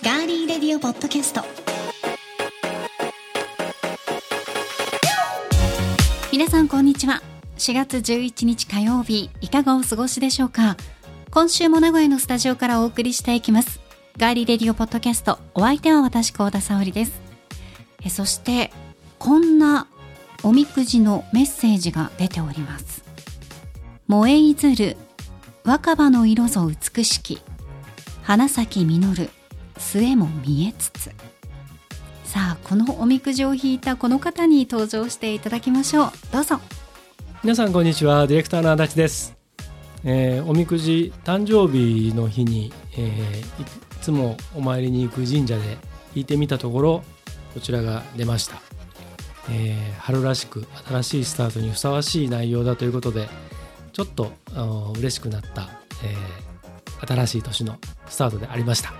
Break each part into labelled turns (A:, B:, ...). A: ディオポッドキャスト皆さんこんにちは4月11日火曜日いかがお過ごしでしょうか今週も名古屋のスタジオからお送りしていきますガーリーレディオポッドキャストお相手は私高田沙織ですえそしてこんなおみくじのメッセージが出ております萌えいずる若葉の色ぞ美しき花咲実る末も見えつつさあこのおみくじを引いたこの方に登場していただきましょうどうぞ
B: 皆さんこんにちはディレクターの足立です、えーおみくじ誕生日の日に、えーいつもお参りに行く神社で引いてみたところこちらが出ました、えー春らしく新しいスタートにふさわしい内容だということでちょっとあの嬉しくなった、えー新しい年のスタートでありましたよ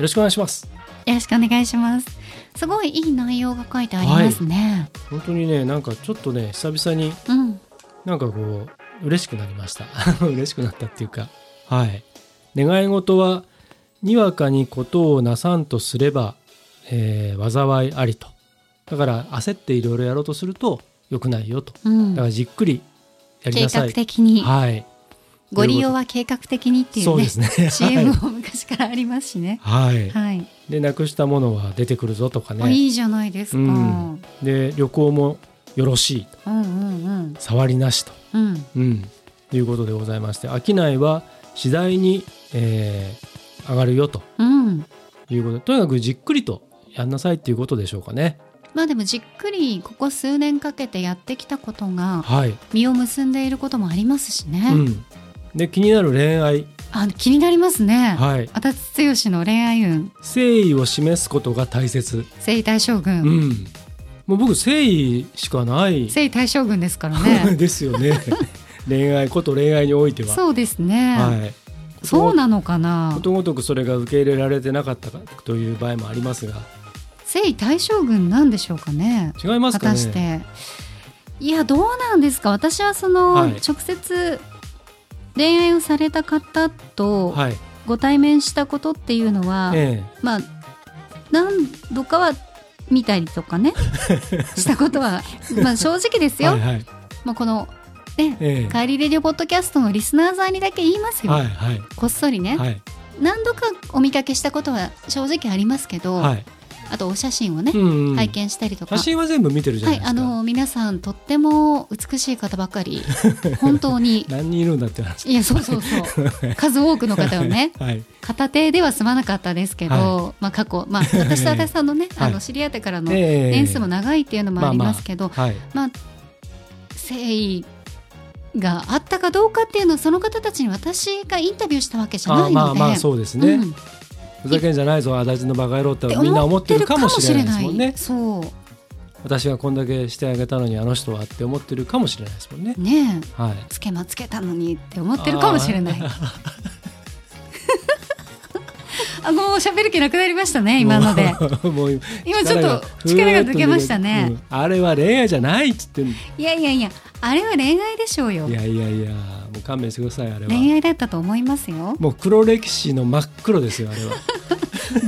B: ろしくお願いします
A: よろしくお願いしますすごいいい内容が書いてありますね、
B: 本当にねなんかちょっとね久々に
A: うん
B: なんかこう嬉しくなりました 嬉しくなったっていうかはい願い事はにわかにことをなさんとすれば、えー災いありとだから焦っていろいろやろうとすると良くないよと
A: うん
B: だからじっくりやり
A: 計
B: なさ
A: 画
B: い
A: 的に
B: はい
A: ご利用は計画的にってい
B: そう
A: うね
B: です ね
A: CM も昔からありますしね
B: はい、はい
A: はい、
B: でなくしたものは出てくるぞとか
A: お
B: ね
A: いいじゃないですか、う
B: うんん、で旅行もよろしい
A: うんうん
B: 触りなしと
A: うんうん
B: うん、ということでございまして商いは次第に、えー上がるよと
A: うん
B: いうことでとにかくじっくりとやんなさいっていうことでしょうかね
A: まあでもじっくりここ数年かけてやってきたことが
B: はい、
A: 実を結んでいることもありますしね、
B: うん、で気になる恋愛
A: あの気になりますね、
B: はい
A: 足立剛の恋愛運
B: 誠意を示すことが大切
A: 征夷大将軍、
B: うんもう僕誠意しかない、
A: 征夷大将軍ですから ね
B: ですよ ね恋愛こと恋愛においては
A: そうですね、
B: はい
A: そうなのかな
B: ことごとくそれが受け入れられてなかったかという場合もありますが
A: 征夷大将軍なんでしょうかね
B: 違います
A: 果
B: か
A: たして、
B: ね
A: いやどうなんですか私はその、
B: はい
A: 直接恋愛をされた方と
B: はい
A: ご対面したことっていうのは、
B: え
A: まあ何度かは見たりとか ねしたことはまあ正直です
B: え
A: よ、
B: はいはい
A: まあ、このね
B: え
A: 帰りレディオポッドキャストのリスナーさんにだけ言います
B: え
A: よ、
B: はいはい
A: こっそりね、
B: はい
A: 何度かお見かけしたことは正直ありますけど、
B: はい
A: あとお写真をね、
B: うんうん
A: 拝見したりとか
B: 写。真は全部見てるじゃ
A: は
B: ない
A: い、
B: で
A: あ
B: すか、
A: の皆さんとっても美しい方ばかり本当 に
B: 何人いるんだって話
A: いやそうそう そう数多くの方をね
B: はい
A: 片手では済まなかったですけど、
B: は
A: まあ、過去、 まあ、私と足立さんのね、
B: は
A: あ
B: い
A: の知り合ってからの
B: ええ
A: 年数も長いっていうのもありますけど、
B: はい
A: 誠意があったかどうかっていうのはその方たちに私がインタビューしたわけじゃな
B: あ
A: いので。
B: まあまあそうですね、
A: うんっ
B: ふざけんじゃないぞ足立のバカ野郎って
A: て
B: みんな思ってるかもしれないですもんね
A: そう
B: 私がこんだけしてあげたのにあの人はって思ってるかもしれないですもんね
A: ねえ
B: はい
A: つけまつけたのにって思ってるかもしれない。 あもう喋る気なくなりましたね今ので。
B: もうもう
A: 今ちょっ
B: が
A: と力が抜けましたね。
B: うんあれは恋愛じゃないっつってんの
A: いやいやいやあれは恋愛でしょうよ
B: い。やいやいやもう勘弁してくださいあれは
A: 恋愛だったと思います よ。
B: もう黒歴史の 真っ黒ですよあれは、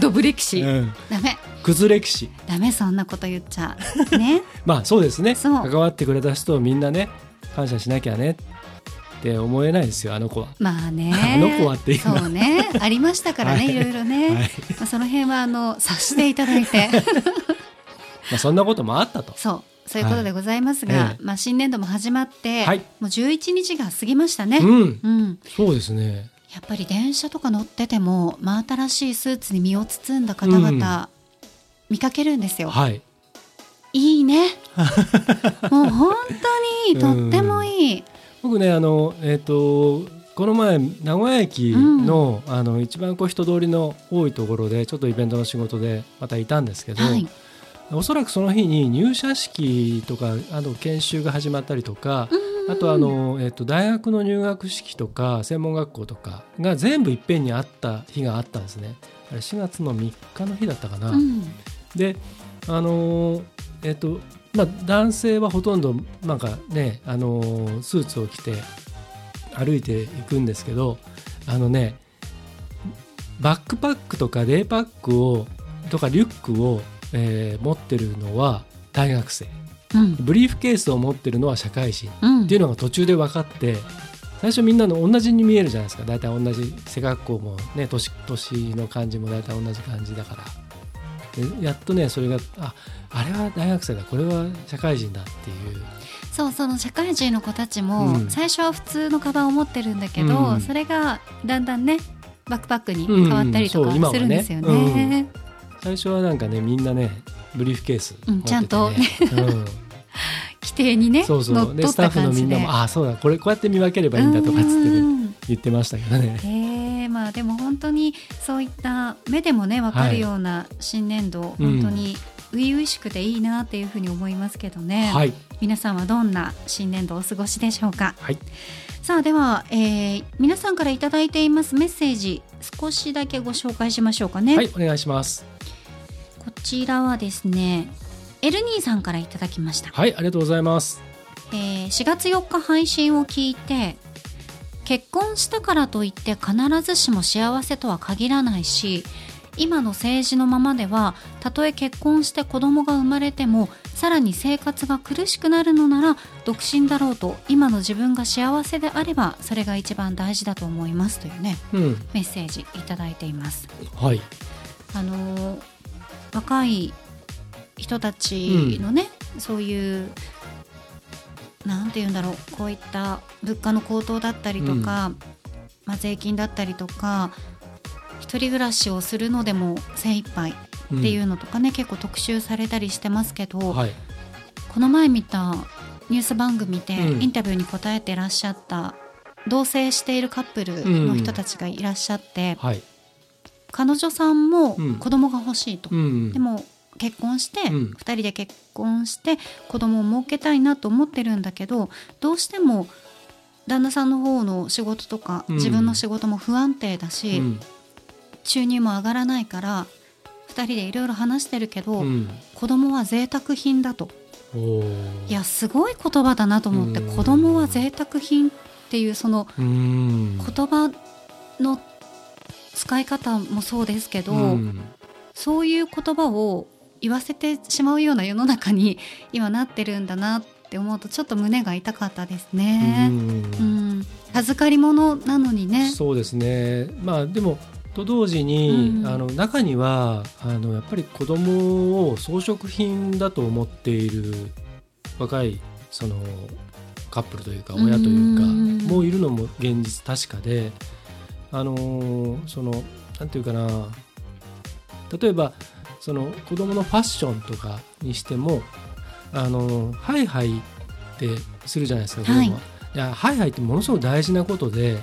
A: ドブ歴史。
B: うん、
A: ダメ
B: 崩れ歴史
A: ダメそんなこと言っちゃ ね。
B: まあそうですね
A: そう
B: 関わってくれた人をみんなね感謝しなきゃねって思えないですよあの子は。
A: まあね。
B: あの子はっていうのは
A: そうねありましたからね、
B: はい
A: い、ろいろね。
B: はい
A: まあ、その辺はあの察していただい て
B: まあ、そんなこともあったと。
A: そうそういうことでございますが、
B: はいええ
A: まあ新年度も始まって、
B: はい
A: もう11日が過ぎましたね。
B: うん、
A: うん、
B: そうですね。
A: やっぱり電車とか乗ってても真新しいスーツに身を包んだ方々、見かけるんですよ。
B: はい。
A: いい ねもう本当にとってもいい。
B: 僕ね、あの、えっ、と、この前名古屋駅の、あの一番こう人通りの多いところで、ちょっとイベントの仕事でまたいたんですけど。
A: はい、
B: おそらくその日に入社式とか、あの研修が始まったりとか。
A: うん
B: あとあの、えっと大学の入学式とか専門学校とかが全部いっぺんにあった日があったんですね。あれ4月の3日の日だったかな。
A: うん
B: であのーえっとまあ男性はほとんどなんかねあのースーツを着て歩いていくんですけどあのねバックパックとかレイパックをとかリュックを、えー持ってるのは大学生
A: うん
B: ブリーフケースを持ってるのは社会人
A: うん
B: っていうのが途中で分かって最初みんなの同じに見えるじゃないですか大体同じ背格好もね年年の感じも大体同じ感じだからでやっとねそれがああれは大学生だこれは社会人だっていう
A: そうその社会人の子たちも、
B: うん
A: 最初は普通のカバンを持ってるんだけど、
B: うん
A: それがだんだんねバックパックに変わったりと
B: うん
A: か
B: そう今は
A: す
B: ね
A: るんですよね。
B: 最初はなんかねみんなねブリーフケース
A: うんちゃんと
B: 持ってて ねうん
A: 規定にね
B: そうそ
A: 乗っ
B: うで
A: 取っ
B: スタッ
A: た
B: フの
A: 感
B: み
A: じ
B: ん
A: で。
B: なも「ああそうだこれこうやって見分ければいいんだ」とかっつって
A: う
B: ね
A: ん
B: 言ってましたけどね。
A: へえまあでも本当にそういった目でもね分かるような新年度、本当に初々しくていいなっていうふうに思いますけどね、
B: はい、
A: 皆さんはどんな新年度をお過ごしでしょうか
B: はい
A: さあでは、えー皆さんからいただいていますメッセージ少しだけご紹介しましょうかね、
B: はい、お願いします。
A: こちらはですねエルニーさんからいただきました、
B: はい、ありがとうございます。
A: えー4月4日配信を聞いて結婚したからといって必ずしも幸せとは限らないし今の政治のままではたとえ結婚して子供が生まれてもさらに生活が苦しくなるのなら独身だろうと今の自分が幸せであればそれが一番大事だと思いますというね
B: うん、
A: メッセージいただいています。
B: はい、
A: あのー若い人たちのね、そういうなんて言うんだろうこういった物価の高騰だったりとか、まあ、税金だったりとか一人暮らしをするのでも精一杯っていううのとかね、結構特集されたりしてますけど、
B: んはい、
A: この前見たニュース番組で
B: うん
A: インタビューに答えてらっしゃった同棲しているカップルの人たちがいらっしゃって、
B: はい、
A: 彼女さんも
B: うん
A: 子供が欲しいと、
B: うん、
A: でも結婚して、
B: う
A: 二
B: ん
A: 2人で結婚して子供を儲けたいなと思ってるんだけどどうしても旦那さんの方の仕事とか、
B: うん
A: 自分の仕事も不安定だし、
B: うん、
A: 収入も上がらないから2人でいろいろ話してるけど、
B: うん、
A: 子供は贅沢品だと
B: お
A: いやすごい言葉だなと思って、
B: うん
A: 子供は贅沢品っていうその
B: 言
A: 言葉の使い方もそうですけど、そういう言葉を言わせてしまうような世の中に今なってるんだなって思うとちょっと胸が痛かったですね。うん、預かり物なのにね。
B: そうですね。まあでもと同時
A: う
B: に、
A: ん
B: あの中にはあのやっぱり子供を装飾品だと思っている若いそのカップルというか親というか、
A: うん
B: もういるのも現実確かで、あのーそのなんていうかな、例えばその子供のファッションとかにしても、あのーハイハイってするじゃないですか子供は。
A: はい
B: いやハイハイってものすごく大事なことで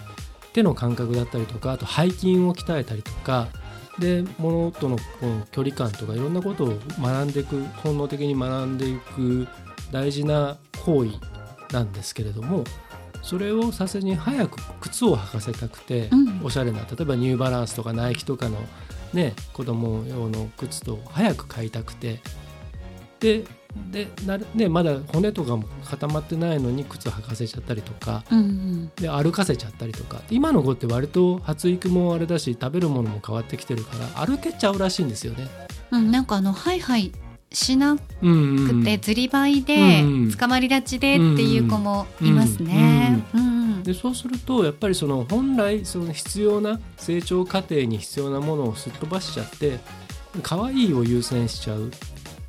B: 手の感覚だったりとかあと背筋を鍛えたりとかで物とのこの距離感とかいろんなことを学んでいく本能的に学んでいく大事な行為なんですけれどもそれをさせに早く靴を履かせたくて、
A: うん
B: おしゃれな例えばニューバランスとかナイキとかの、ね、子供用の靴と早く買いたくてででなるね、まだ骨とかも固まってないのに靴履かせちゃったりとか
A: うん
B: で歩かせちゃったりとか今の子って割と発育もあれだし食べるものも変わってきてるから歩けちゃうらしいんですよね。
A: うん、うん、なんかあのハイハイしな
B: うんうんう
A: く
B: ん
A: てずりばいで
B: うん
A: 捕まりがちでっていう子もいますね。うん
B: でそうするとやっぱりその本来その必要な成長過程に必要なものをすっ飛ばしちゃって可愛いを優先しちゃう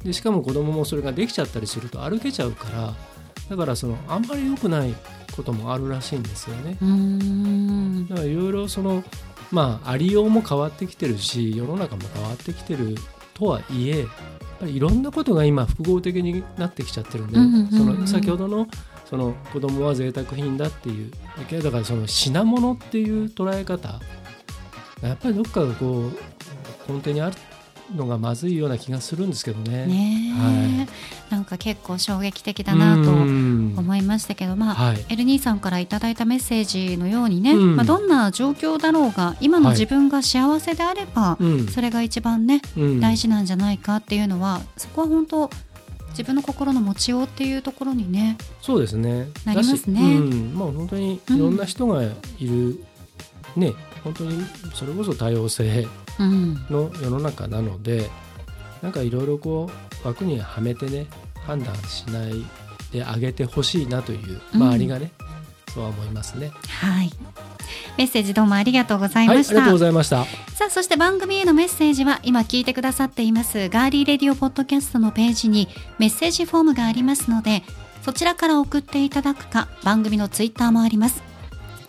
B: でしかも子供もそれができちゃったりすると歩けちゃうからだからそのあんまり良くないこともあるらしいんですよね。
A: うん
B: だからいろいろそのまあありようも変わってきてるし世の中も変わってきてるとはいえやっぱりいろんなことが今複合的になってきちゃってるんで、
A: うんうんうんうん
B: その先ほどのその子供は贅沢品だっていうだけだからその品物っていう捉え方やっぱりどっかがこう根底にあるのがまずいような気がするんですけどね。
A: ねえ、
B: は
A: なんか結構衝撃的だなと
B: うん
A: 思いましたけどまあ
B: はい、
A: エルニーさんからいただいたメッセージのようにね、
B: うん
A: まあ、どんな状況だろうが今の
B: はい
A: 自分が幸せであれば、
B: うん
A: それが一番ね
B: うん
A: 大事なんじゃないかっていうのはそこは本当自分の心の持ちようっていうところにね、
B: そうですね。
A: なりますね
B: だしうん、まあ本当にいろんな人がいる、ね、本当にそれこそ多様性
A: うん
B: の世の中なので、なんかいろいろこう枠にはめてね判断しないであげてほしいなという
A: うん
B: 周りがね、そうは思いますね。
A: はい。メッセージどうもありがとうござい
B: はい、あ
A: ま
B: り
A: した。
B: がとうございました。
A: さあそして番組へのメッセージは今聞いてくださっていますガーリーレディオポッドキャストのページにメッセージフォームがありますのでそちらから送っていただくか番組のツイッターもあります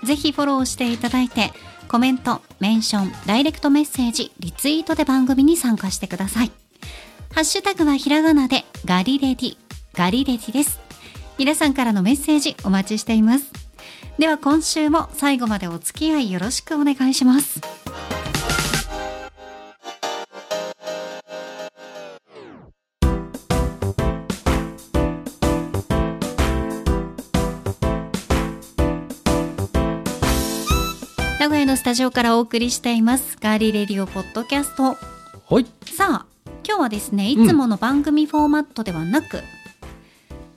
A: ぜひフォローしていただいてコメント、メンション、ダイレクトメッセージ、リツイートで番組に参加してくださいハッシュタグはひらがなでガリレディガリレディです皆さんからのメッセージお待ちしていますでは今週も最後までお付き合いよろしくお願いします名古屋のスタジオからお送りしていますガーリーレディオポッドキャスト
B: はい、
A: さあ今日はですねい
B: うん
A: つもの番組フォーマットではなく、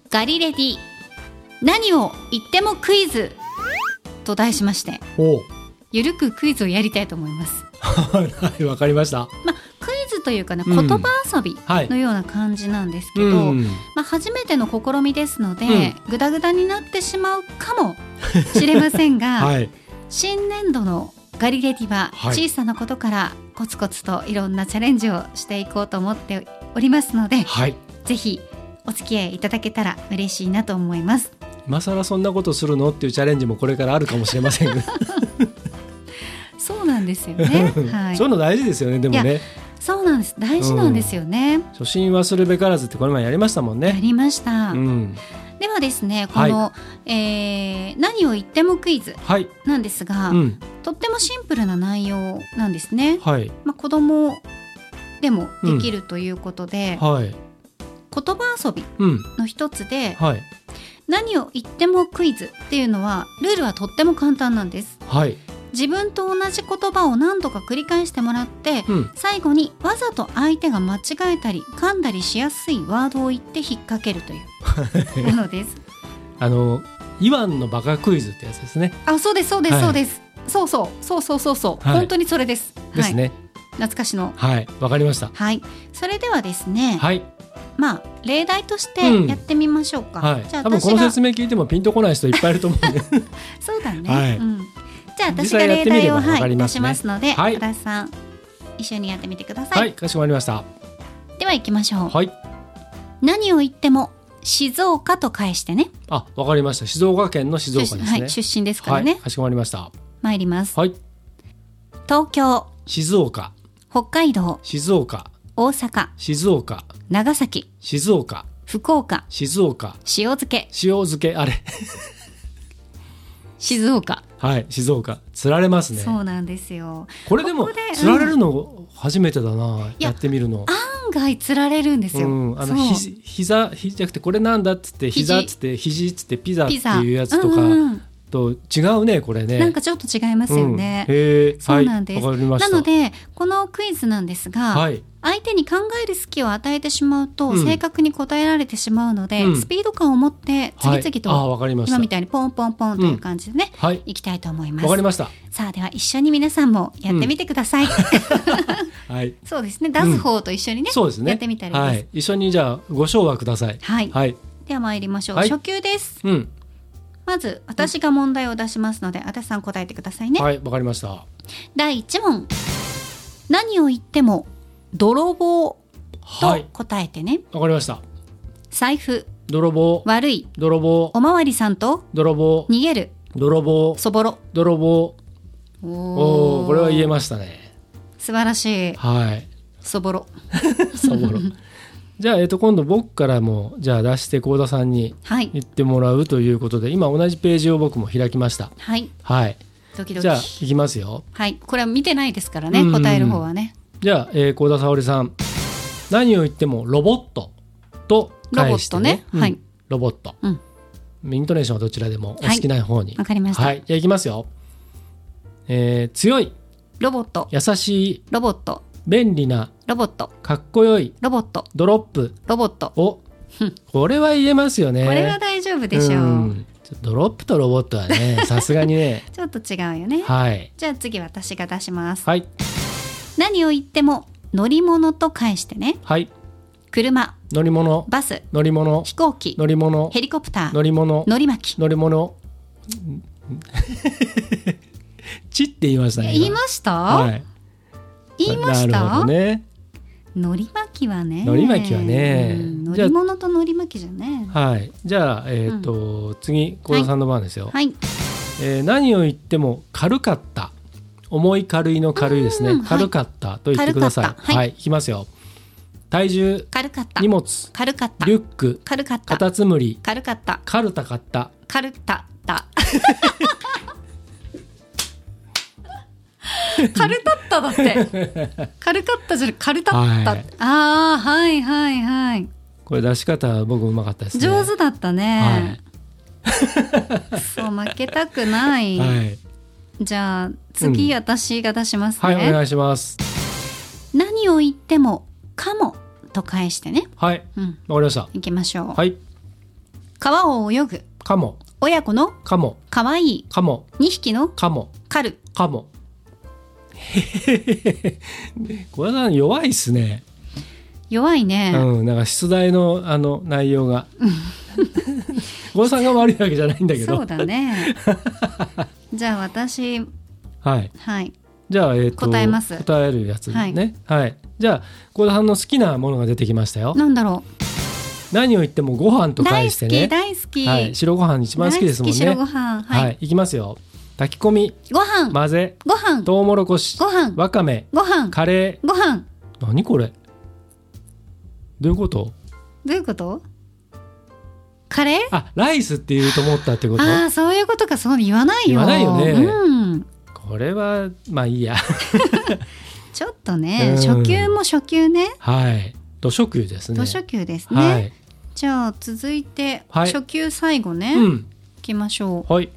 A: ガリレディ何を言ってもクイズと題しまして
B: おう
A: ゆるくクイズをやりたいと思います
B: はい、わかりました。
A: まあクイズというかね
B: う
A: 言
B: ん
A: 葉遊び
B: はい
A: のような感じなんですけど、
B: うん、
A: まあ、初めての試みですので、
B: うん
A: グダグダになってしまうかもしれませんが、
B: はい、
A: 新年度のガリレディは
B: は
A: 小
B: い
A: さなことからコツコツといろんなチャレンジをしていこうと思っておりますので、
B: はい、
A: ぜひお付き合いいただけたら嬉しいなと思います。
B: 今更そんなことするのっていうチャレンジもこれからあるかもしれませんが、
A: そうなんですよ ね。はい
B: そうい。うの大事ですよね。でも
A: い
B: ね、
A: そうなんです。大事なんですよね。
B: 初心忘るべからずってこの前やりましたもん
A: や
B: ね。
A: りました。
B: うん、
A: ではですね、この、えー何を言ってもクイズ
B: はい、
A: なんですが、
B: うん、
A: とってもシンプルな内容なんですね。
B: はい、
A: まあ、子供でもできるということで、
B: はい、
A: 言葉遊び
B: うん、
A: の一つで、
B: はい、
A: 何を言ってもクイズっていうのはルールはとっても簡単なんです
B: はい、
A: 自分と同じ言葉を何度か繰り返してもらって
B: うん、
A: 最後にわざと相手が間違えたり噛んだりしやすいワードを言って引っ掛けるというものです
B: あのイワンのバカクイズってやつですね。
A: あそうですそうです、
B: はい
A: そうですそうそうそうそうそうそう、
B: はい
A: 本当にそれです
B: です
A: はい、
B: ね。
A: 懐かしの
B: はい、わかりました。
A: はいそれではですね、
B: はい、
A: まあ例題とし
B: うん
A: てやってみましょうか、
B: はい、
A: じゃあ
B: 多分
A: 私
B: この
A: が
B: 説明聞いてもピンとこない人いっぱいいると 思うんで。
A: そうだね。
B: はい
A: うん、じゃあ
B: 実
A: 私が
B: 際やっ
A: 例
B: てみれ
A: 題
B: ば
A: を、
B: わか
A: はい、
B: りま
A: 出
B: す
A: し
B: ね
A: ますので、
B: はい
A: 足立さん一緒にやってみてくださ。
B: はいい、かしこまりました。
A: では行きましょう。
B: はい、
A: 何を言っても静岡と返してね。
B: あ、わかりました。静岡県の静岡です
A: は
B: ね
A: い、。出身ですからね。
B: はい、かしこまりました。
A: 参ります。
B: はい、
A: 東京、
B: 静岡、
A: 北海道、
B: 静岡、
A: 大阪、
B: 静岡、
A: 長崎、
B: 静岡、
A: 福岡、
B: 静岡、
A: 塩漬け、
B: 塩漬け、あれ、
A: 静岡。
B: はい、静岡、釣られますね。
A: そうなんですよ。
B: これでも
A: ここでうん
B: 釣られるの初めてだな、
A: いや
B: やってみるの。
A: 案外つられるんですよ。
B: うん、あの
A: そう
B: ひ膝ひじゃなくてこれなんだっつって
A: 肘
B: 膝っつって肘っつってピザって
A: ピザ
B: いうやつとか
A: うんうんうん
B: と違うねこれね。
A: なんかちょっと違いますよね。
B: うん、へえ、
A: そうなんです
B: はい、わかりまし
A: な
B: た。
A: のでこのクイズなんですが、
B: はい、
A: 相手に考える隙を与えてしまうと、
B: うん
A: 正確に答えられてしまうので、
B: うん
A: スピード感を持って
B: はい
A: 次
B: あー
A: 々と
B: わかりました。
A: 今みたいにポンポンポンという感じでね、
B: はい、
A: いきたいと思います
B: わかりました。
A: さあでは一緒に皆さんもやってみてください、
B: はい、
A: そうですね出す方と一緒にね、
B: そうですね。
A: やってみたりです
B: は
A: はい、
B: い、一緒にじゃあご唱和ください。はい、
A: では参りましょう、
B: はい
A: 初級です
B: うん、
A: まず私が問題を出しますので足立さん答えてくださいね、
B: はい、わかりました。
A: 第1問何を言っても泥棒
B: は
A: と
B: い、
A: 答えてね、
B: わかりました。
A: 財布
B: 泥棒、
A: 悪い
B: 泥棒、
A: おまわりさんと
B: 泥棒、
A: 逃げる
B: 泥棒、
A: そぼろ
B: 泥棒。
A: お
B: お
A: お
B: お、これは言え
A: ま
B: ましたね。
A: す素晴らしい
B: はい。
A: そぼろ
B: サボ ろじゃあ、えっと、今度僕からもじゃあ出して幸田さんに
A: はい
B: 言ってもらうということで今同じページを僕も開きました
A: はい
B: はい
A: ドキドキ
B: じゃあいきますよ
A: はいこれは見てないですからね
B: うん
A: 答える方はね
B: じゃあ、えー、幸田沙織さん何を言ってもロボットと返して、ね、
A: ロボットねはい
B: うんロボット、
A: うん
B: イントネーションはどちらでもお
A: はい
B: 好きな方に
A: わかりました、
B: はい、じゃあいきますよ、えー強い
A: ロボット
B: 優しい
A: ロボット
B: 便利な
A: ロボット
B: かっこよい
A: ロボット
B: ドロップ
A: ロボット
B: をこれは言えますよね
A: これは大丈夫でしょう、
B: んちょっとドロップとロボット はねさすがにね
A: ちょっと違うよね
B: はい
A: じゃあ次私が出します
B: はい
A: 何を言っても乗り物と返してね
B: はい
A: 車
B: 乗り物
A: バス
B: 乗り物
A: 飛行機
B: 乗り物
A: ヘリコプター
B: 乗り物
A: のり巻き
B: 乗り物 んんちって言いましたね今
A: 言いました、
B: はい
A: 言いまし
B: なるほ
A: た
B: どね
A: のり巻きはね
B: のり巻きはね
A: うん乗
B: じゃあ
A: り物とのり巻きじゃね
B: はいじゃあえっ、と、次幸田さんの番ですよ、
A: はい
B: えー何を言っても軽かった重い軽いの軽いですね、
A: うん
B: 軽かったと言ってください
A: 軽かった
B: は、
A: はい
B: い、きますよ体重
A: 軽かった
B: 荷物
A: 軽かった
B: リュック
A: 軽かった
B: カタツムリ
A: 軽かった
B: カルタ買った
A: 軽か った軽かっただって軽かったじゃなく軽かった、
B: はい
A: ああはいはいはい
B: これ出し方僕うまかったですね
A: 上手だった
B: は
A: ね、そう負けたくない、
B: い、はい
A: じゃあ次私が出します
B: は
A: ね、
B: い、お願いします
A: 何を言っても「かも」と返してね
B: はい
A: うん
B: わかりました
A: 行きましょう、
B: はい
A: 川を泳ぐ
B: カモ
A: 親子の
B: カモ
A: かわいい
B: カモ
A: 2匹の
B: カモ
A: 狩る
B: カモ 小田さん弱いっすね、
A: 弱いね、
B: うん、なんか出題のあの内 容が小田さんが悪いわけじゃないんだけど
A: そうだ ねじゃあ私
B: はい
A: はい
B: じゃあ、えーと
A: 答えます
B: 答えるやつねはい、じゃあ小田さんの好きなものが出てきましたよ
A: なんだろ
B: 何を言ってもご飯
A: う
B: と
A: 大
B: 返して
A: 好き
B: ね
A: 大好き、
B: はい、白ご飯一番好きですもんね
A: 大好き白ご飯はい、
B: はい、いきますよ炊き込み
A: ご飯、
B: 混ぜ
A: ご飯
B: とうもろこし
A: ご飯
B: わかめ
A: ご飯
B: カレ
A: ご飯
B: ー何これどういうこと
A: どういうことカレー
B: あライスって言うと思ったってこと
A: ああそういうことかそう言わないよ
B: 言わないよね
A: うん、
B: これはまあいいや
A: ちょっとね、
B: うん
A: 初級も初級ね
B: はい土食油ですね
A: 土初級ですね、
B: はい、
A: じゃあ続いて、
B: はい
A: 初級最後ね、
B: う
A: い
B: ん
A: きましょう
B: はい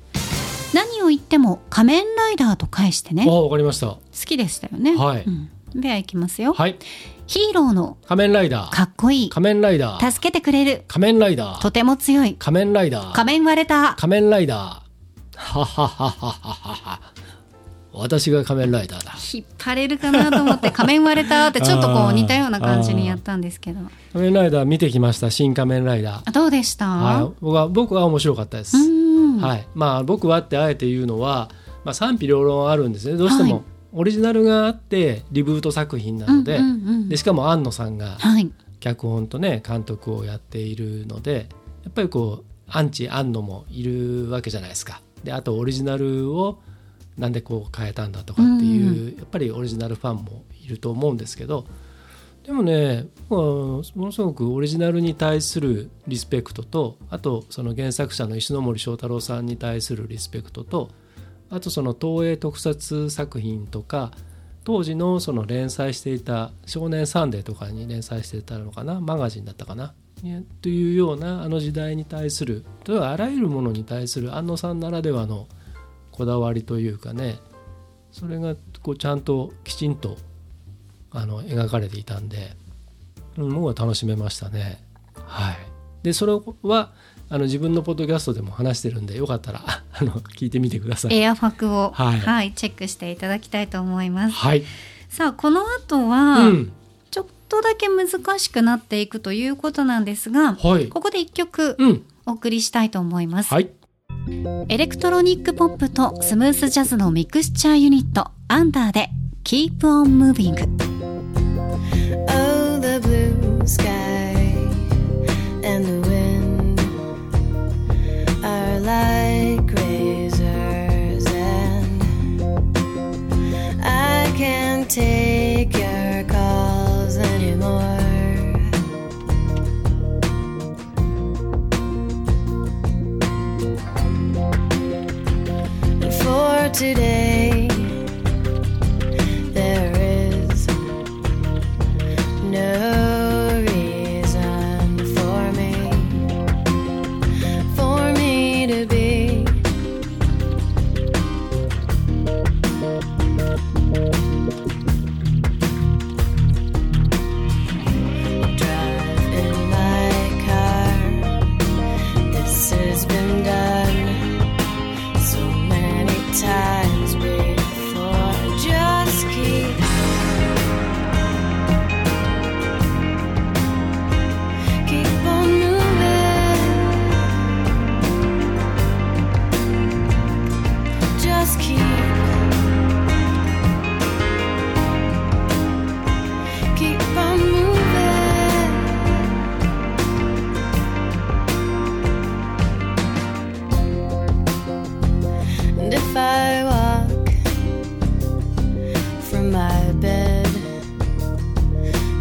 A: 何を言っても仮面ライダーと返してね
B: あ
A: 好
B: わかりました
A: きでしたよね
B: はい
A: うん、ではいきますよ、
B: はい
A: ヒーローの
B: 仮面ライダー
A: かっこいい
B: 仮面ライダー
A: 助けてくれる
B: 仮面ライダー
A: とても強い
B: 仮面ライダー
A: 仮面割れた
B: 仮面ライダーはははははは私が仮面ライダーだ
A: 引っ張れるかなと思 って仮面割れたってちょっとこ
B: あー
A: う似たような感じにやったんですけど
B: 仮面ライダー見てきました新仮面ライダ
A: あどうでした、
B: ーはい僕は僕は面白かったです
A: うん、
B: はい、まあ僕はってあえて言うのは、まあ、賛否両論あるんですねどうして
A: はい
B: もオリジナルがあってリブート作品なので,、
A: うんうんうん
B: でしかも庵野さんが
A: はい
B: 脚本とね監督をやっているのでやっぱりこうアンチ庵野もいるわけじゃないですか。であとオリジナルをなんでこう変えたんだとかっていう、やっぱりオリジナルファンもいると思うんですけどでもね僕はものすごくオリジナルに対するリスペクトとあとその原作者の石ノ森章太郎さんに対するリスペクトとあとその東映特撮作品とか当時のその連載していた「少年サンデー」とかに連載していたのかなマガジンだったかな。ねというようなあの時代に対する例えばあらゆるものに対する安野さんならではのこだわりというかねそれがこうちゃんときちんとあの描かれていたんで、うん、僕は楽しめましたね。はい、でそれはあの自分のポッドキャストでも話してるんでよかったらあの聞いてみてください。
A: エアファクを、
B: はい
A: チェックしていただきたいと思います
B: はい、
A: さあこの後
B: う
A: は、
B: ん
A: ちょっとだけ難しくなっていくということなんですが、
B: はい
A: ここで一曲
B: うん
A: お送りしたいと思います、
B: はい、
A: エレクトロニックポップとスムースジャズのミクスチャーユニットアンダーで Keep on Moving
C: Oh, the blue sky and the wind are like razors, and I can't take your calls anymore. And for today, there is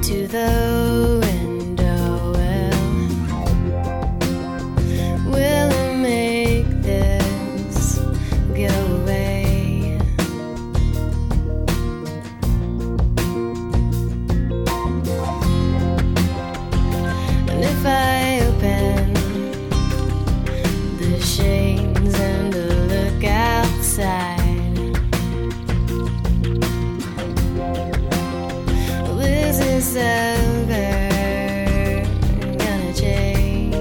C: to the window. Well, will it make this go away? And if I open the shades and a look outside. This is ever gonna change.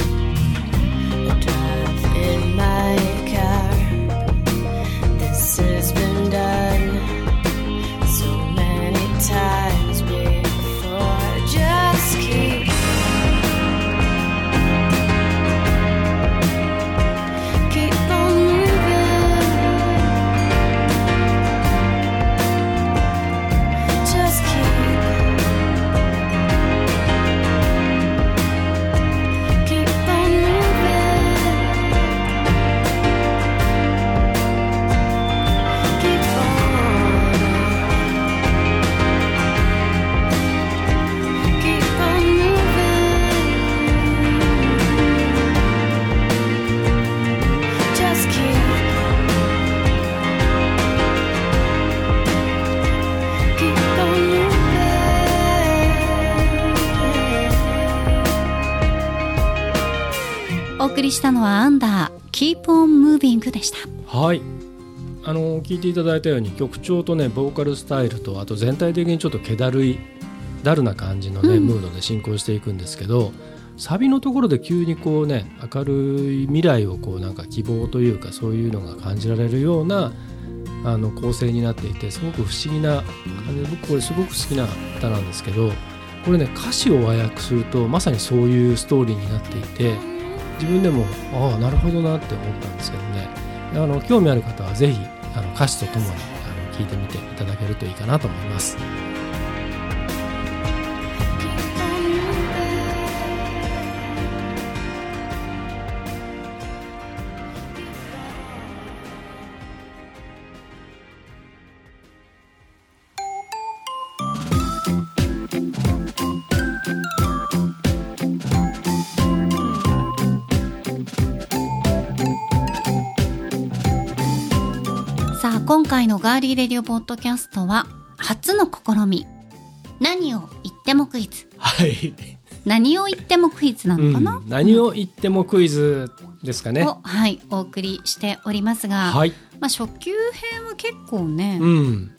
C: I drive in my car. This has been done so many times before. Just keep. Keep on moving. Just keep. Keep on moving. Keep on. Keep on moving. Just keep. Keep on moving.
A: お送りしたのはアンダー Keep on Moving でした
B: はいあの聞いていただいたように曲調とねボーカルスタイルとあと全体的にちょっと気だるいだるな感じのね、
A: うん
B: ムードで進行していくんですけどサビのところで急にこうね明るい未来をこうなんか希望というかそういうのが感じられるようなあの構成になっていてすごく不思議な感じで僕これすごく好きな歌なんですけどこれね歌詞を和訳するとまさにそういうストーリーになっていて自分でもああなるほどなって思ったんですけどねあの興味ある方はぜひあの歌詞とともにあの聞いてみていただけるといいかなと思います。
A: さあ今回のガーリーレディオポッドキャストは初の試み何を言ってもクイズ
B: はい、
A: 何を言ってもクイズなのかな、
B: うん何を言ってもクイズですかね。
A: を、はい、お送りしておりますが、
B: はい、
A: まあ、初級編は結構ね、
B: うん、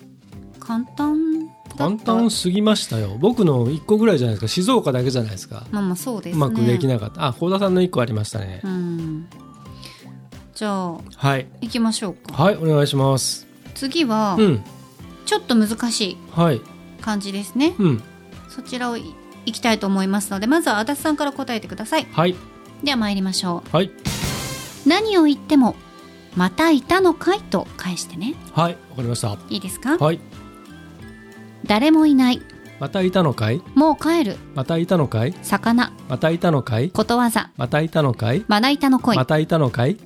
A: 簡単だった
B: 簡単すぎましたよ。僕の一個ぐらいじゃないですか。静岡だけじゃないですか。
A: まあまあそうです
B: う
A: ね
B: まくできなかった。あ、高田さんの一個ありましたね。
A: うんじゃあ
B: はい、
A: 行きましょうか
B: はい、お願いします。
A: 次は、
B: うん、
A: ちょっと難しい
B: はい、
A: 感じですね、
B: うん、
A: そちらをい行きたいと思いますのでまずは足立さんから答えてください
B: はい、
A: では参りましょ
B: はい、
A: う何を言っても「またいたのかい」と返してね
B: はい、わかりました。
A: いいですか
B: はい、
A: 誰もいない
B: またいたのかい？
A: もう帰る
B: またいたのかい？
A: 魚
B: またいたのかい？
A: ことわざ
B: またいたのかい？
A: まな板の恋
B: またいたのかい？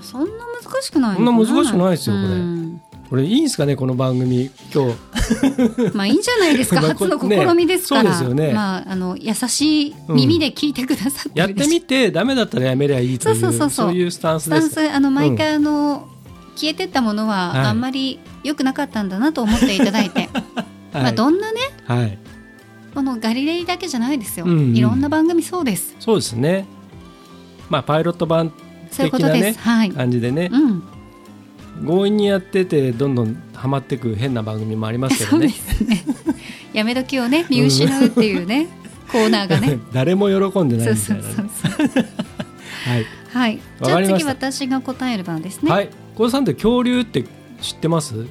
A: そんな難しくない
B: そんな難しくないですよこれ
A: れ
B: これいいんですかねこの番組今日
A: まあいいんじゃないですか
B: まあ
A: 初の
B: こね
A: 試みですから、
B: そうですよね
A: まああの優しい耳で聞いてくださって
B: やっ
A: るで
B: て
A: しょ
B: みてダメだったらやめりゃいいという
A: そうそうそうそう
B: いうスタンス
A: ス
B: で
A: タン
B: す
A: スあの毎回あの、消えてったものは
B: はい
A: あんまり良くなかったんだなと思っていただいて、 ま
B: は
A: あ
B: い、
A: どんなね
B: はい、
A: このガリレイだけじゃないですよ、
B: うんうん
A: いろんな番組そうです
B: そうですねまあパイロット版
A: そういうことです、
B: 的なね
A: はい、
B: 感じでね
A: う、ん
B: 強引にやっててどんどんハマってく変な番組もありますけ
A: そ
B: ど
A: うで
B: ね
A: す ねやめ時をね見失うっていうね、コーナーが ね
B: 誰も喜んでな
A: そ
B: いうみた
A: そ
B: いな
A: う
B: ね
A: そうそう
B: はい、
A: はい。じゃ
B: わか
A: あ
B: りま
A: 次
B: した
A: 私が答える番ですね。
B: はい、小田さんって恐竜って知ってます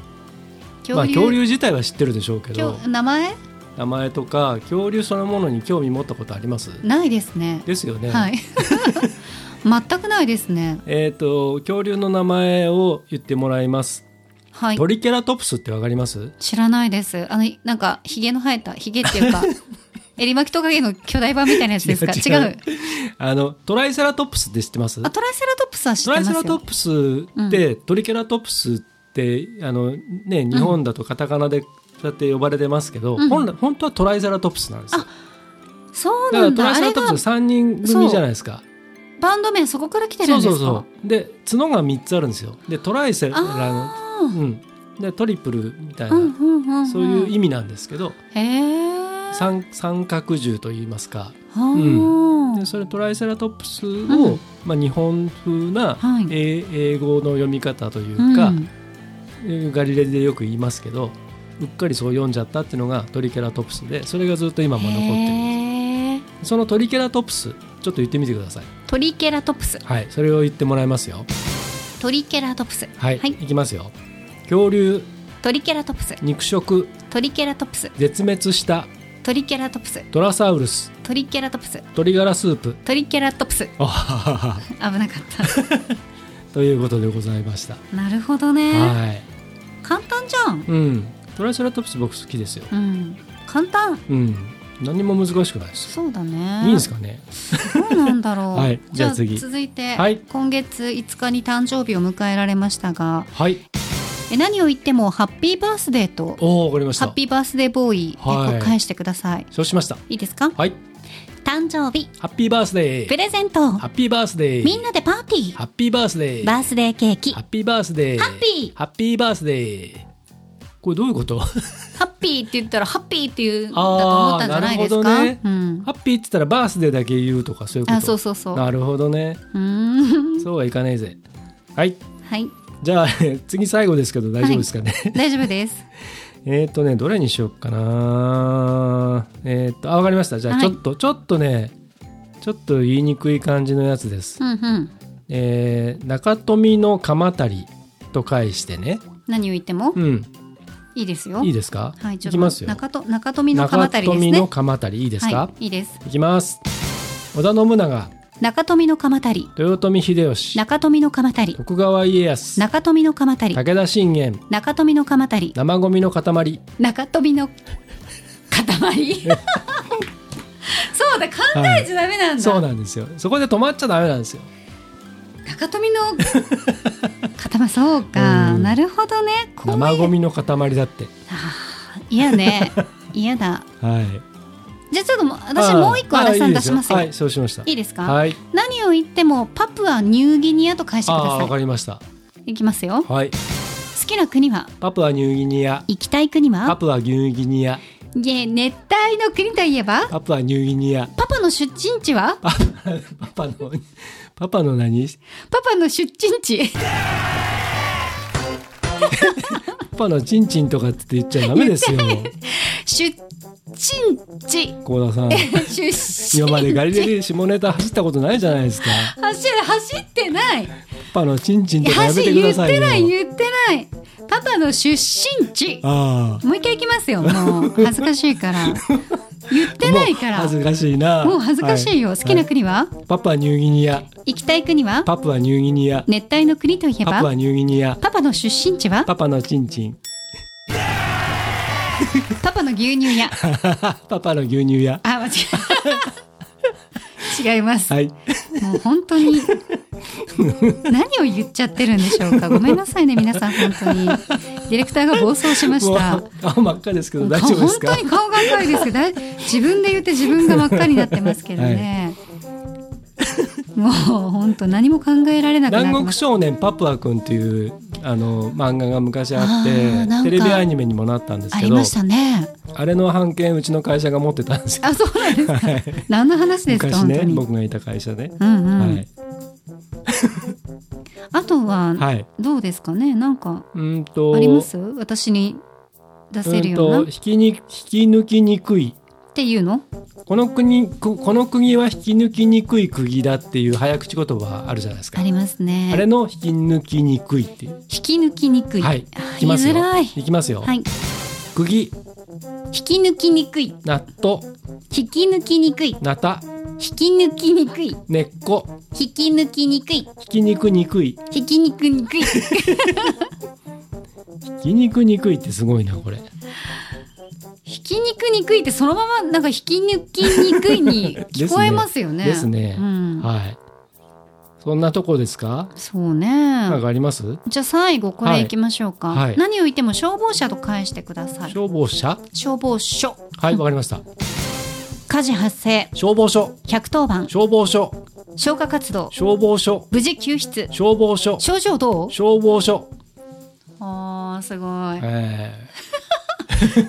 B: まあ、恐竜自体は知ってるでしょうけど
A: 恐名前
B: 名前とか恐竜そのものに興味持ったことあります
A: ないですね。
B: ですよね、
A: はい。全くないですね。
B: えっ、と恐竜の名前を言ってもらいます。
A: はい
B: ト。リケラトプスってわかります？
A: 知らないです。あのなんかひげの生えたひげっていう か襟巻きトカゲの巨大版みたいなやつですか。
B: 違
A: 違
B: う
A: う
B: 違うあのトライセラトプスって知ってます？
A: あトライセラトプスは知っ
B: ト
A: てま
B: ライ
A: す
B: セ
A: よ。
B: ラトプスって、トリケラトプスってあの、ね、日本だとカタカナでそうやって呼ばれてますけど、
A: うん
B: 本来本当はトライセラトプスなんですよ。
A: そうな
B: だから
A: んだ
B: トライ
A: あ
B: セ
A: れ
B: ラト
A: が
B: プス3人組じゃないですか。
A: バンド名そこから来てる
B: そ
A: ん
B: う
A: です
B: そう
A: か
B: そう。で角が3つあるんですよ。でトライセラの、
A: あ
B: う
A: ー
B: ん、でトリプルみたいな、
A: うんうんうんん
B: そういう意味なんですけど
A: へえ
B: 三三角獣といいますか
A: は
B: ん
A: あ
B: でそれトライセラトプスを、
A: うん
B: まあ、日本風な
A: はい
B: 英英語の読み方というか、
A: うん
B: ガリレデでよく言いますけどうっかりそう読んじゃったっていうのがトリケラトプスでそれがずっと今も残って
A: へえ
B: るそのトリケラトプスちょっと言ってみてください
A: トリケラトプス
B: はいそれを言ってもらいますよ
A: トリケラトプス
B: はい、
A: はい
B: い、きますよ恐竜
A: トリケラトプス
B: 肉食
A: トリケラトプス
B: 絶滅した
A: トリケラトプス
B: トラサウルス
A: トリケラトプス
B: 鶏ガラスープ
A: トリケラトプス
B: あはははは
A: 危なかっ
B: ということでございました、
A: た なるほどね
B: はい
A: 簡単じゃん
B: うんトライセラトプス僕好きですよ
A: うん簡単
B: うん何も難しくないです
A: そうだね
B: いいんですかね、
A: どうなんだろう
B: はいじゃあ次
A: 続いて、
B: はい
A: 今月5日に誕生日を迎えられましたが
B: はい
A: え何を言ってもハッピーバースデーと
B: おおわかりまし
A: ハ
B: た
A: ッピーバースデーボーイで
B: はい
A: こう返してください、
B: そうしました
A: いいですか
B: はい
A: 誕生日
B: ハッピーバースデー
A: プレゼント
B: ハッピーバースデー。
A: みんなでパーティー
B: ハッピーバースデー。
A: バースデーケーキ
B: ハ
A: ハ
B: ッピーバースデー。
A: ハッピー
B: ハッピーバースデー。これどういうこと ハ
A: ッピーって言ったらハッピーって言うんだと思ったんじゃないです
B: あー
A: か、
B: なるほ
A: う
B: ど
A: ん、
B: ッピーって言ったらバースデーだけ言うとかそういうこと。
A: あそうそうそうう
B: なるほどね。
A: ーん
B: そうはいかねえぜ。はい。
A: はい
B: じゃあ 次最後ですけど大丈夫ですかね。
A: 大丈夫です
B: えっとね、どれにしようかな。えっ、と、あ、わかりました。じゃあ
A: はい
B: ちょっと、ちょっとね、ちょっと言いにくい感じのやつです。
A: うんうん
B: えー中富の鎌足りと返してね。
A: 何を言っても
B: うん。
A: いいですよ
B: いいですか。
A: はい、ちょ
B: い
A: っ
B: き
A: と
B: ますよ。
A: 中と中富の鎌足りですね。
B: 中富の鎌足りいいですか。
A: はい、いいです。
B: い、きます。織田信長、
A: 中富の鎌足り、
B: 豊臣秀吉、
A: 中富の鎌足り、
B: 徳川家康、
A: 中富の鎌足り、
B: 武田信玄、
A: 中富の鎌足り、
B: 生ゴミの塊。
A: 中富の塊。 そうだ、考えちゃダメなんだ。
B: そうなんですよ。そこで止まっちゃダメなんですよ。
A: 中富の塊、そうか、
B: うん
A: なるほどね。こう
B: 生ゴミの塊だって。
A: あー嫌ね、嫌だ。
B: はい。
A: じゃあちょっとも私
B: あー
A: もう一個足立さ
B: あーい
A: ん
B: いで
A: 出しますよ。
B: はいい、そうしました。
A: いですか、
B: はい。
A: 何を言ってもパプアニューギニアと返してく
B: あ
A: だ
B: あー、わ
A: さ
B: かりました。
A: い。いきますよ。
B: はい。
A: 好きな国は
B: パプアニューギニア、
A: 行きたい国
B: パ
A: は
B: プアニューギニア、
A: いえ熱帯の国といえば
B: パプアニューギニア。
A: パパの出身地は
B: パパパの、パパの何
A: パパの出身 地
B: パパのチンチンとかって言っちゃダメですよ。
A: 出身 地
B: 高田さん。
A: 出身
B: 今までガリレデ下ネタ走ったことないじゃないですか。
A: 走る走ってない
B: パパのチンチンとかやめ
A: 走
B: てく
A: 言
B: だ
A: っ
B: さい
A: て
B: よ。
A: ない言ってないパパの出身地
B: ああ。
A: もう一回いきますよもう恥ずかしいから 言ってないから
B: もう恥ずかしいな。
A: もう恥ずかしいよ、
B: は
A: 好きな国は、
B: はいパパニューギニア、
A: 行きたい国は
B: パプアニューギニア、
A: 熱帯の国といえ
B: パ
A: ば
B: プアニューギニア、
A: パパの出身地は
B: パパのチンチン、
A: パパの牛乳 屋
B: パパの牛乳屋。
A: あ、間違え。違います。
B: はい。
A: もう本当に。何を言っちゃってるんでしょうか。ごめんなさいね、皆さん、本当に。ディレクターが暴走しまし
B: もう
A: た。
B: 顔真っ赤ですけど大丈夫です
A: 本
B: か
A: 当。に顔が赤いですけど、だい自分で言って自分が真っ赤になってますけどね。もう本当何も考えられなくなって
B: 南
A: ま
B: 国
A: す。
B: 少年パプア君っていうあの漫画が昔あっ
A: あーなんか
B: てテレビアニメにもなったんです
A: あ
B: け
A: り
B: ど
A: ましたね。
B: あれの版権うちの会社が持ってたんですよ
A: あ、そうなんですか。何の話ですか、
B: 昔
A: 本
B: ね
A: 当に。
B: 僕がいた会社で、
A: うんうん。
B: はい
A: あとは、
B: はい
A: どうですかね、なんか。
B: うーんと
A: あります私に出せるような
B: う
A: っ
B: んと引きに引き抜きにくい
A: ていうの
B: この国ここの国は引き抜きにくい釘だっていう早口言葉あるじゃないですか
A: ありますね
B: あれの引き抜きにくいっていう
A: 引き抜きにくい、
B: はい
A: あー
B: いきますよ
A: 言いづらい、
B: いきますよ、
A: はい、
B: 釘
A: 引き抜きにくい
B: 納豆
A: 引き抜きにくい引
B: なた
A: き抜きにくい
B: 根っこ
A: 引き抜きにくい
B: 引き肉にくい
A: 引き抜きにくい
B: 引き肉にくいってすごいなこれ
A: 引き肉にくいってそのままなんか 引き抜きにくいに聞こえますよね
B: ですね
A: うん、
B: はいそんなとこですか
A: そうね
B: なんかあります
A: じゃあ最後こ
B: は
A: れ
B: い
A: いきましょうか、
B: はい
A: 何を言っても消防車と返してください
B: 消防車
A: 消防署
B: はいわかりました
A: 火事発生
B: 消防署
A: 110番
B: 消防署
A: 消火活動
B: 消防署
A: 無事救出
B: 消防署
A: 症状どう
B: 消防署
A: あーすごい
B: え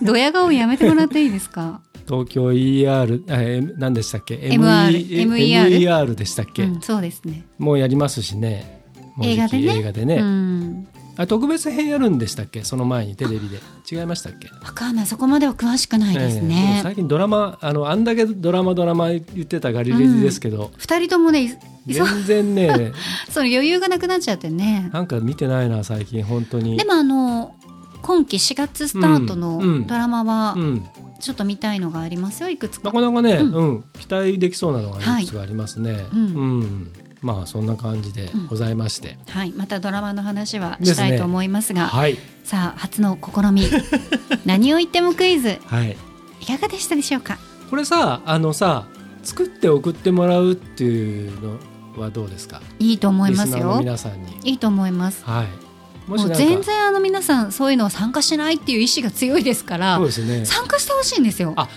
A: ドヤ顔やめてもらっていいですか、
B: ー東京 ER えー何でしたっけ
A: MR MER
B: MER でしたっけ、
A: うん、そうですね
B: もうやりますしねもう
A: 映
B: じ
A: 画
B: き
A: でね
B: 映画でね、
A: うん
B: あ特別編やるんでしたっけその前にテレビで違いましたっけ
A: わかんないそこまでは詳しくないです
B: ええでも
A: ね、
B: 最近ドラマあのあんだけドラマドラマ言ってたガリレジですけど、
A: 二人ともねいそ
B: 全然ね
A: その余裕がなくなっちゃってね
B: なんか見てないな最近本当に
A: でもあの今期4月スタート
B: うんう
A: の
B: ん
A: ドラマは
B: うん、
A: ちょっと見たいのがありますよいくつか
B: なかなかね、
A: う
B: うんん期待できそうなのがいくつかありますね、
A: うん
B: うんまあそんな感じでございまして、
A: はい、またドラマの話は
B: です
A: し
B: ね
A: たいと思いますが
B: はい
A: さあ初の試 み何を言ってもクイズ
B: はい
A: いかがでしたでしょうか
B: これさあのさ作って送ってもらうっていうのはどうですか
A: いいと思いま
B: リ
A: す
B: スナーの
A: よ
B: 皆さんに
A: いいと思います
B: はいも
A: も
B: し
A: う
B: なんか
A: 全然あの皆さんそういうのを参加しないっていう意志が強いですから
B: そうですね
A: 参加してほしいんですよ
B: あ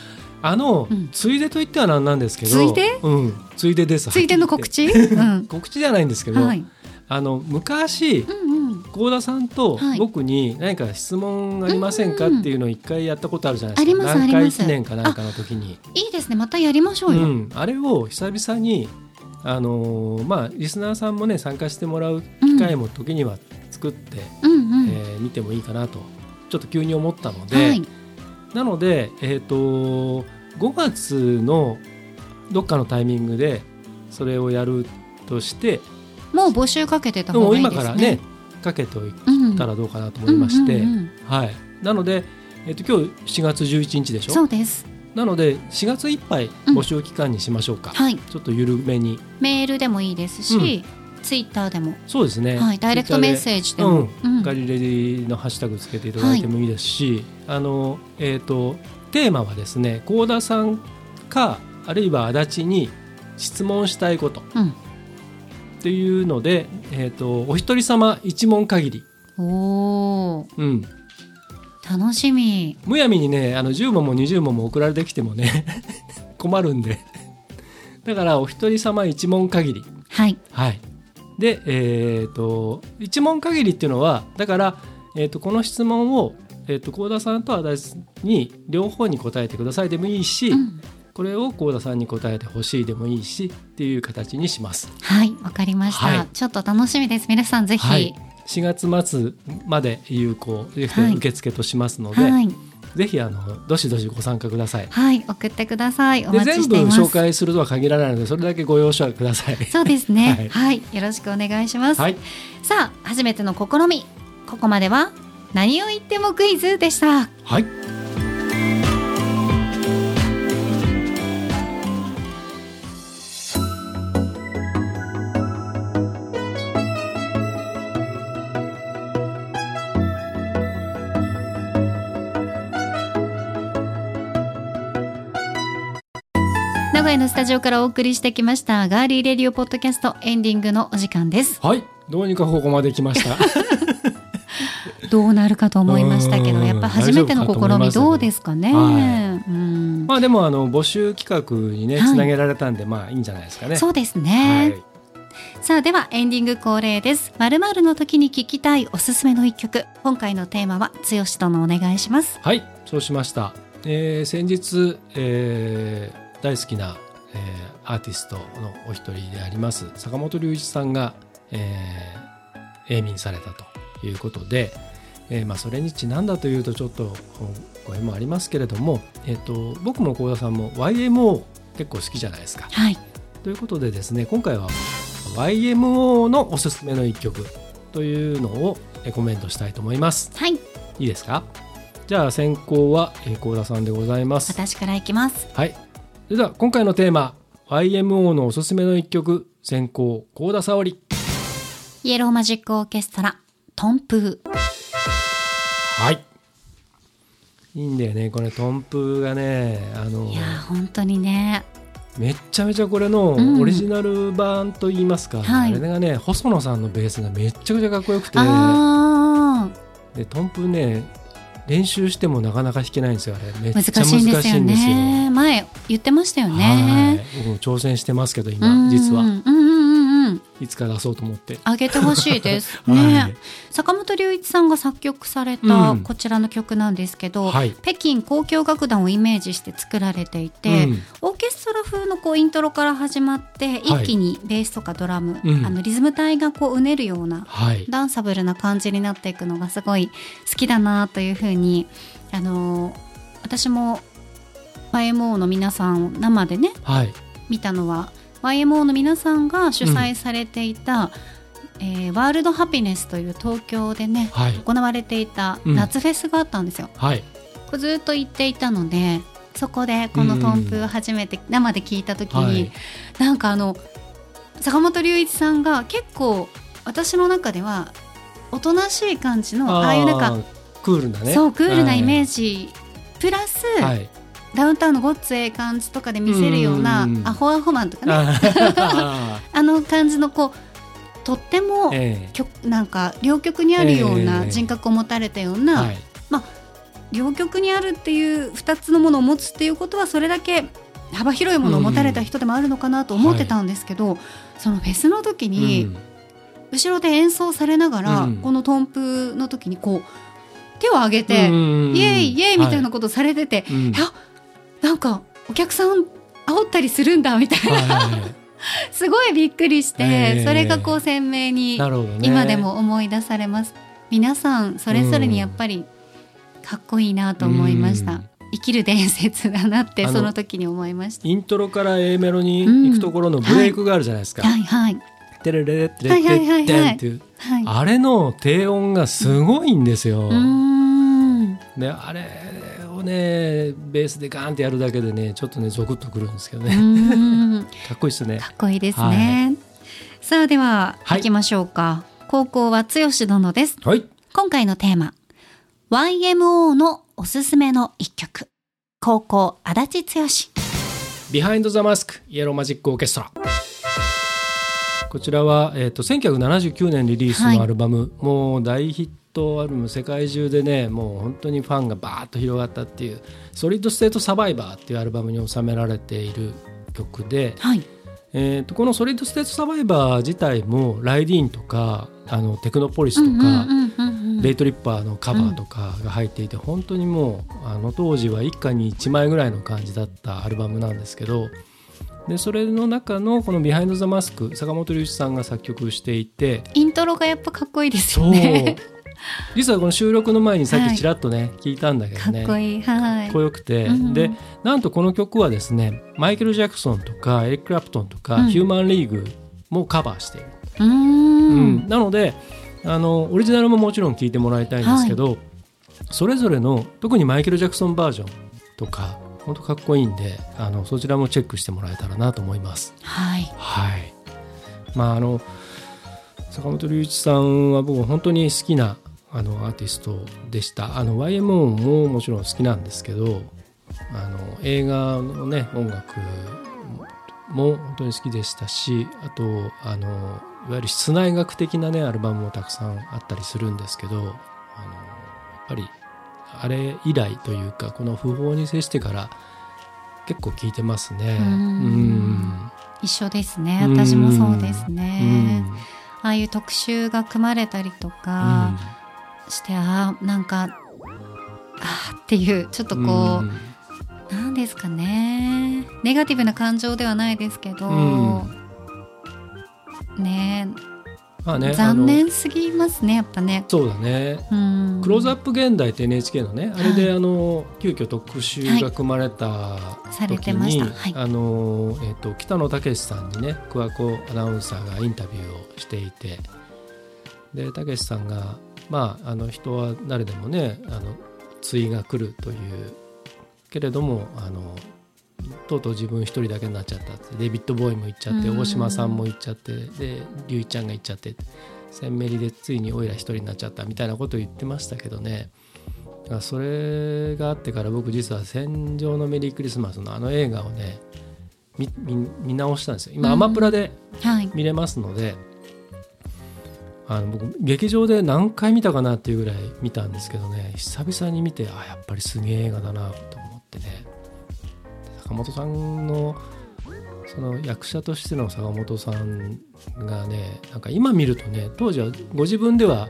B: あの、
A: うん
B: ついでと言ってはなんなんですけど
A: ついで
B: うんついでです
A: ついでの告知、うん、
B: 告知じゃないんですけど、
A: はい、
B: あの昔
A: うんうん、
B: 郷田さんと
A: はい
B: 僕に何か質問ありませんか
A: うんうん
B: っていうのを一回やったことあるじゃないで
A: あ
B: す
A: り
B: か。
A: ます
B: 何
A: あり
B: 回
A: ます
B: 記念かなんかの時に、
A: いいですねまたやりましょ
B: う
A: うよ、
B: ん、あれを久々にあのーまあリスナーさんもね参加してもらう機会も時には作って、
A: うんうん
B: えー見てもいいかなとちょっと急に思ったので、
A: はい、
B: なので、えー、と5月のどっかのタイミングでそれをやるとして
A: もう募集かけてた
B: で
A: 方
B: も
A: がいい
B: 今
A: で
B: か
A: す
B: ら
A: ね
B: ねかけておい
A: うん
B: たらどうかなと思いまして、
A: うんうんうん
B: はい、なので、えー、と今日7月11日でし
A: そ
B: ょ
A: うです
B: なので4月いっぱい募集期間にしましょうか、
A: はい
B: ちょっと緩めに
A: メールでもいいですし、ツイッターでも、
B: そうですね、
A: はい、ダイレクトメッセージでも、う
B: Twitter
A: ん
B: でガリレディのハッシュタグつけていただいてもいいですし、あのえっ、とテーマはですね高田さんかあるいは足立に質問したいこと
A: うん
B: っていうので、えー、とお一人様一問限り、
A: おお
B: うん、
A: 楽しみ
B: むやみにねあの10問も20問も送られてきてもね 困るんでだからお一人様一問限り
A: はい
B: はい。で、えっ、と、一問限りっていうのは、だから、えっ、と、この質問を、えっ、と、幸田さんと足立に両方に答えてくださいでもいいし、
A: うん
B: これを幸田さんに答えてほしいでもいいしっていう形にします。
A: はいわかりました、
B: はい
A: ちょっと楽しみです皆さんぜひ
B: は
A: はいい、。
B: 4月末まで有効、
A: はい
B: 受付としますので、
A: はい、
B: ぜひあのどしどしご参加ください。
A: 送ってくださいお
B: で
A: 待ち
B: 全
A: し
B: 部
A: ています
B: 紹介するとは限らないのでそれだけご容赦ください。
A: そうですね
B: はい
A: はい、よろしくお願いします、
B: はい、
A: さあ初めての試みここまでは何を言ってもクイズでした
B: はい、
A: 名古屋のスタジオからお送りしてきましたガーリーレディオポッドキャストエンディングのお時間です
B: はい、どうにかここまで来ました。
A: どうなるかと思いましたけど
B: うん
A: やっぱ初めての試みどうですかね、
B: は
A: うん、
B: まあでもあの募集企画にね
A: はい
B: つなげられたんで、まあいいんじゃないですかね。
A: そうです
B: は
A: ね、
B: い、
A: さあではエンディング恒例ですまるまるの時に聞きたいおすすめの一曲今回のテーマは剛殿お願いします
B: はい、そうしました。えー先日、えー大好きな、えーアーティストのお一人であります坂本龍一さんが、えー、永眠されたということで、えーまあそれにちなんだというとちょっとご縁もありますけれども、えっ、と僕も幸田さんも YMO 結構好きじゃないですか。
A: はい
B: ということでですね今回は YMO のおすすめの一曲というのをえコメントしたいと思います
A: はい
B: いいですかじゃあ先行はえ幸田さんでございます
A: 私からいきます
B: はいそれでは今回のテーマ YMO のおすすめの一曲先行幸田沙織
A: イエローマジックオーケストラトンプー
B: はいいいんだよねこれトンプがねあの
A: いやー本当にね
B: めっちゃめちゃこれの
A: うん
B: オリジナル版といいますか、
A: はい
B: あれがね細野さんのベースがめっちゃくちゃかっこよくて
A: あ
B: でトンプね練習してもなかなか弾けないんですよあれめっ
A: ー
B: ちゃ
A: 難
B: 難し
A: し
B: い
A: いん
B: ん
A: で
B: ですす
A: よ
B: よ。
A: ね前言ってましたよ
B: は
A: ね
B: い僕も挑戦してますけど
A: うん
B: 今実
A: う
B: は
A: んうんうんうん
B: いつか出そうと思って。
A: あげてほしいです、
B: は
A: ね
B: い
A: 坂本龍一さんが作曲された
B: うん
A: こちらの曲なんですけど、
B: はい
A: 北京交響楽団をイメージして作られていて、
B: うん
A: オーケストラ風のこうイントロから始まって
B: は
A: 一
B: い
A: 気にベースとかドラム、
B: うん
A: あのリズム体がこううねるような
B: はい、
A: ダンサブルな感じになっていくのがすごい好きだなというふうに、あのー私も YMO の皆さんを生でね
B: はい、
A: 見たのは YMO の皆さんが主催されていた、えーワールドハピネスという東京でね
B: はい、
A: 行われていた
B: うん
A: 夏フェスがあったんですよ。
B: はい、
A: これずっと行っていたのでそこでこの「トンプ」を初めて生で聞いた時に、
B: はい
A: なんかあの坂本龍一さんが結構私の中ではおとなしい感じのああいうなんか、
B: ークールなね
A: そうクールなイメー
B: ジ、
A: ジ、プラス、
B: はいはい、
A: ダウンタウンのごっつええ感じとかで見せるような
B: うん
A: アホアホマンとかねあ
B: あ
A: の感じのこうとっても
B: ーえ
A: 曲なんか両極にあるよう
B: え
A: な
B: え
A: 人格を持たれたよう
B: え
A: な、
B: はい、
A: 両極にあるっていう2つのものを持つっていうことはそれだけ幅広いものを持たれた人でもあるのかなと思ってたんですけど、そのフェスの時
B: う
A: に
B: ん
A: 後ろで演奏されながら、
B: うん
A: このトンプの時にこう手を上げて、イエイイエイみたいな、ことされてて、
B: うんうんうん
A: あなんかお客さん煽ったりするんだみたい
B: はい
A: な
B: はいは
A: すごいびっくりして、
B: ええ
A: それがこう鮮明
B: い
A: に
B: なるほどね
A: 今でも思い出されます皆さんそれぞれにやっぱりかっこいいなと思いました、
B: うん
A: 生きる伝説だなって
B: あの
A: その時に思いました
B: イントロから A メロに行くところのブレイクがあるじゃないですか。
A: はいはい
B: テレレレテレレテレっていう
A: はい
B: あれの低音がすごいんです
A: う
B: よ。
A: ーん
B: であれをねベースでガーンってやるだけでねちょっとねゾクッとくるんですけど
A: う
B: ね、
A: ーん
B: かっこいいっすね。
A: かっこいいですね、さあでは
B: はい
A: 行きましょうか、高校は剛殿です
B: はい
A: 今回のテーマ YMO のおすすめの一曲高校足立剛
B: ビハインド・ザ・マスクイエロー・マジック・オーケストラこちらは、えー、と1979年リリース
A: はい
B: のアルバム、もう大ヒットアルバム世界中でねもう本当にファンがバーッと広がったっていう「ソリッド・ステート・サバイバー」っていうアルバムに収められている曲で、
A: はい
B: えー、とこの「ソリッド・ステート・サバイバー」自体もライディーンとかあのテクノポリスとか、
A: うんうんうんうん
B: レイトリッパーのカバーとかが入っていて、本当にもうあの当時は一家に1枚ぐらいの感じだったアルバムなんですけどでそれの中のこの「ビハインド・ザ・マスク」坂本龍一さんが作曲していて
A: イントロがやっぱかっこいいです
B: そ
A: よ
B: う
A: ね
B: 実はこの収録の前にさっ
A: はい
B: きちらっとね、聞いたんだけ
A: か
B: どね
A: っこいいはい
B: かっこよくて、
A: うん
B: でなんとこの曲はですねマイケル・ジャクソンとかエリック・クラプトンとか、
A: うん
B: ヒューマン・リーグもカバーしている。
A: うーん
B: うん、なのであのオリジナルももちろん聞いてもらいたいんですけど、それぞれの特にマイケル・ジャクソンバージョンとか本当かっこいいんであのそちらもチェックしてもらえたらなと思います。
A: はい
B: はいまあ、あの坂本龍一さんは僕本当に好きなあのアーティストでしたあの YMO ももちろん好きなんですけどあの映画のね音楽も本当に好きでしたしあとあのいわゆる室内楽的なねアルバムもたくさんあったりするんですけどあのやっぱりあれ以来というかこの訃報に接してから結構聴いてますね。
A: うん
B: うん
A: 一緒ですね私もそうですね
B: うん
A: ああいう特集が組まれたりとかして、ああなんかああっていうちょっと
B: う
A: こ
B: ん
A: う、なんですかねネガティブな感情ではないですけど、
B: うん
A: ね
B: まあ
A: え
B: ね、
A: 残
B: あの
A: 念すぎますねやっぱね。
B: そうだね
A: うん、
B: クローズアッ
A: プ
B: プ現代って NHK のね、あれであの急遽特集が組まれた
A: され
B: 時
A: てまし
B: に、
A: たはい
B: あのえっ、と北野武さんにね桑子アナウンサーがインタビューをしていてで武さんがまああの人は誰でもねあの対が来るというけれどもあのとうとう自分一人だけになっちゃったってデビッド・ボーイも行っちゃって
A: うん
B: 大島さんも行っちゃってで龍一ちゃんが行っちゃってせんめりでついにおいら一人になっちゃったみたいなことを言ってましたけどねだからそれがあってから僕実は「戦場のメリークリスマス」のあの映画をね見見見直したんですよ今アマプラで
A: はい。
B: 見れますので、あの僕劇場で何回見たかなっていうぐらい見たんですけどね久々に見てあやっぱりすげえ映画だなと思ってね坂本さんのその役者としての坂本さんがねなんか今見るとね当時はご自分では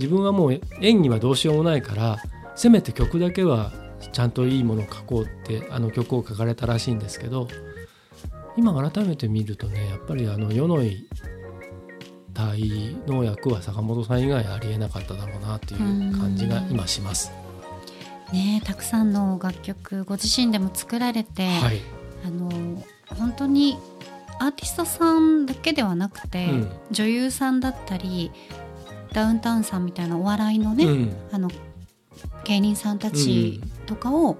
B: 自分はもう演技はどうしようもないからせめて曲だけはちゃんといいものを書こうってあの曲を書かれたらしいんですけど今改めて見るとねやっぱりあの世の井隊の役は坂本さん以外ありえなかっただろうなっていう感じが今します。
A: ねえたくさんの楽曲ご自身でも作られて、
B: はい、
A: あの本当にアーティストさんだけではなくて、
B: うん
A: 女優さんだったりダウンタウンさんみたいなお笑いのね、
B: うん
A: あの芸人さんたちとかを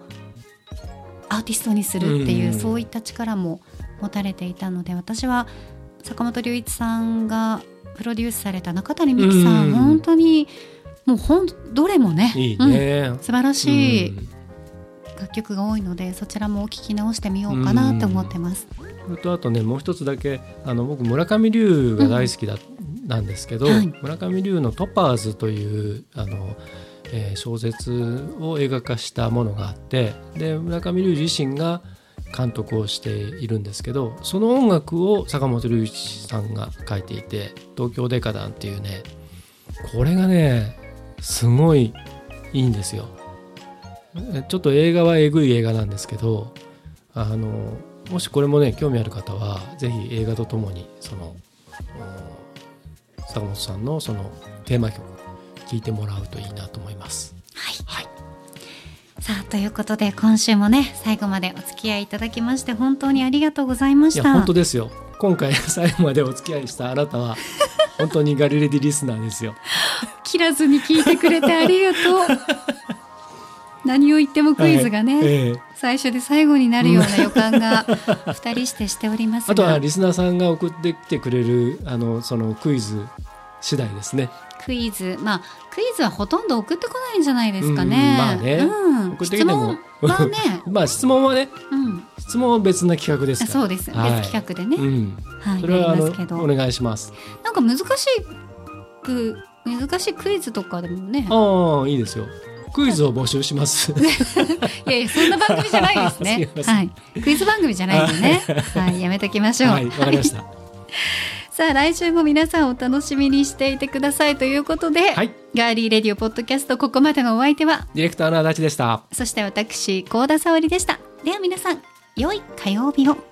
A: アーティストにするっていう、
B: うん
A: そういった力も持たれていたので私は坂本龍一さんがプロデュースされた中谷美紀さん、
B: うん
A: 本当にもうほんどれもね
B: いいね、
A: うん素晴らしい、
B: うん
A: 楽曲が多いのでそちらも聞き直してみようかなと思ってます。
B: それとあとねもう一つだけあの僕村上龍が大好きだ、なんですけど、
A: はい
B: 村上龍の「トパーズ」というあの、えー小説を映画化したものがあってで村上龍自身が監督をしているんですけどその音楽を坂本龍一さんが書いていて「東京デカダン」っていうねこれがねすごいいいんですよ。えちょっと映画はえぐい映画なんですけどあのもしこれもね興味ある方はぜひ映画とともにそのうん坂本さんのそのテーマ曲聴いてもらうといいなと思います。
A: はい、
B: はい、
A: さあということで今週もね最後までお付き合いいただきまして本当にありがとうございま
B: い
A: し
B: や本
A: た
B: 当。ですよ今回 最後までお付き合いしたあなたは本当にガリレディリスナーですよ。
A: 切らずに聞いてくれてありが とう。何を言ってもクイズがね、
B: はいええ
A: 最初で最後になるような予感 が二人してしておりますが
B: あとはリスナーさんが送ってきてくれるあのそのクイズ次第ですね。
A: クイズまあクイズはほとんど送ってこないんじゃないですかね。
B: うんまあね
A: うん
B: 送って
A: 質
B: きても
A: 問はね、
B: まあ質問はね
A: うん、
B: 質問は別な企画ですから。
A: そうです、
B: はい
A: 別企画でね、
B: うん、
A: はい、
B: そ
A: や
B: れ
A: り
B: は
A: ま
B: あの
A: すけど
B: お願いします。
A: なんか難しく難しいクイズとかでもね
B: ああいいですよ。クイズを募集 します。
A: いやいやそんな番組じゃないです
B: す
A: ね
B: いません
A: はいクイズ番組じゃないんでねはいやめときましょう、
B: はい、わかりま した。
A: さあ来週も皆さんお楽しみにしていてくださいということで、
B: はい、
A: ガーリーレディオポッドキャストここまでのお相手は
B: ディレクターの足立でした。
A: そして私高田沙織でしたでは皆さん良い火曜日を
C: 「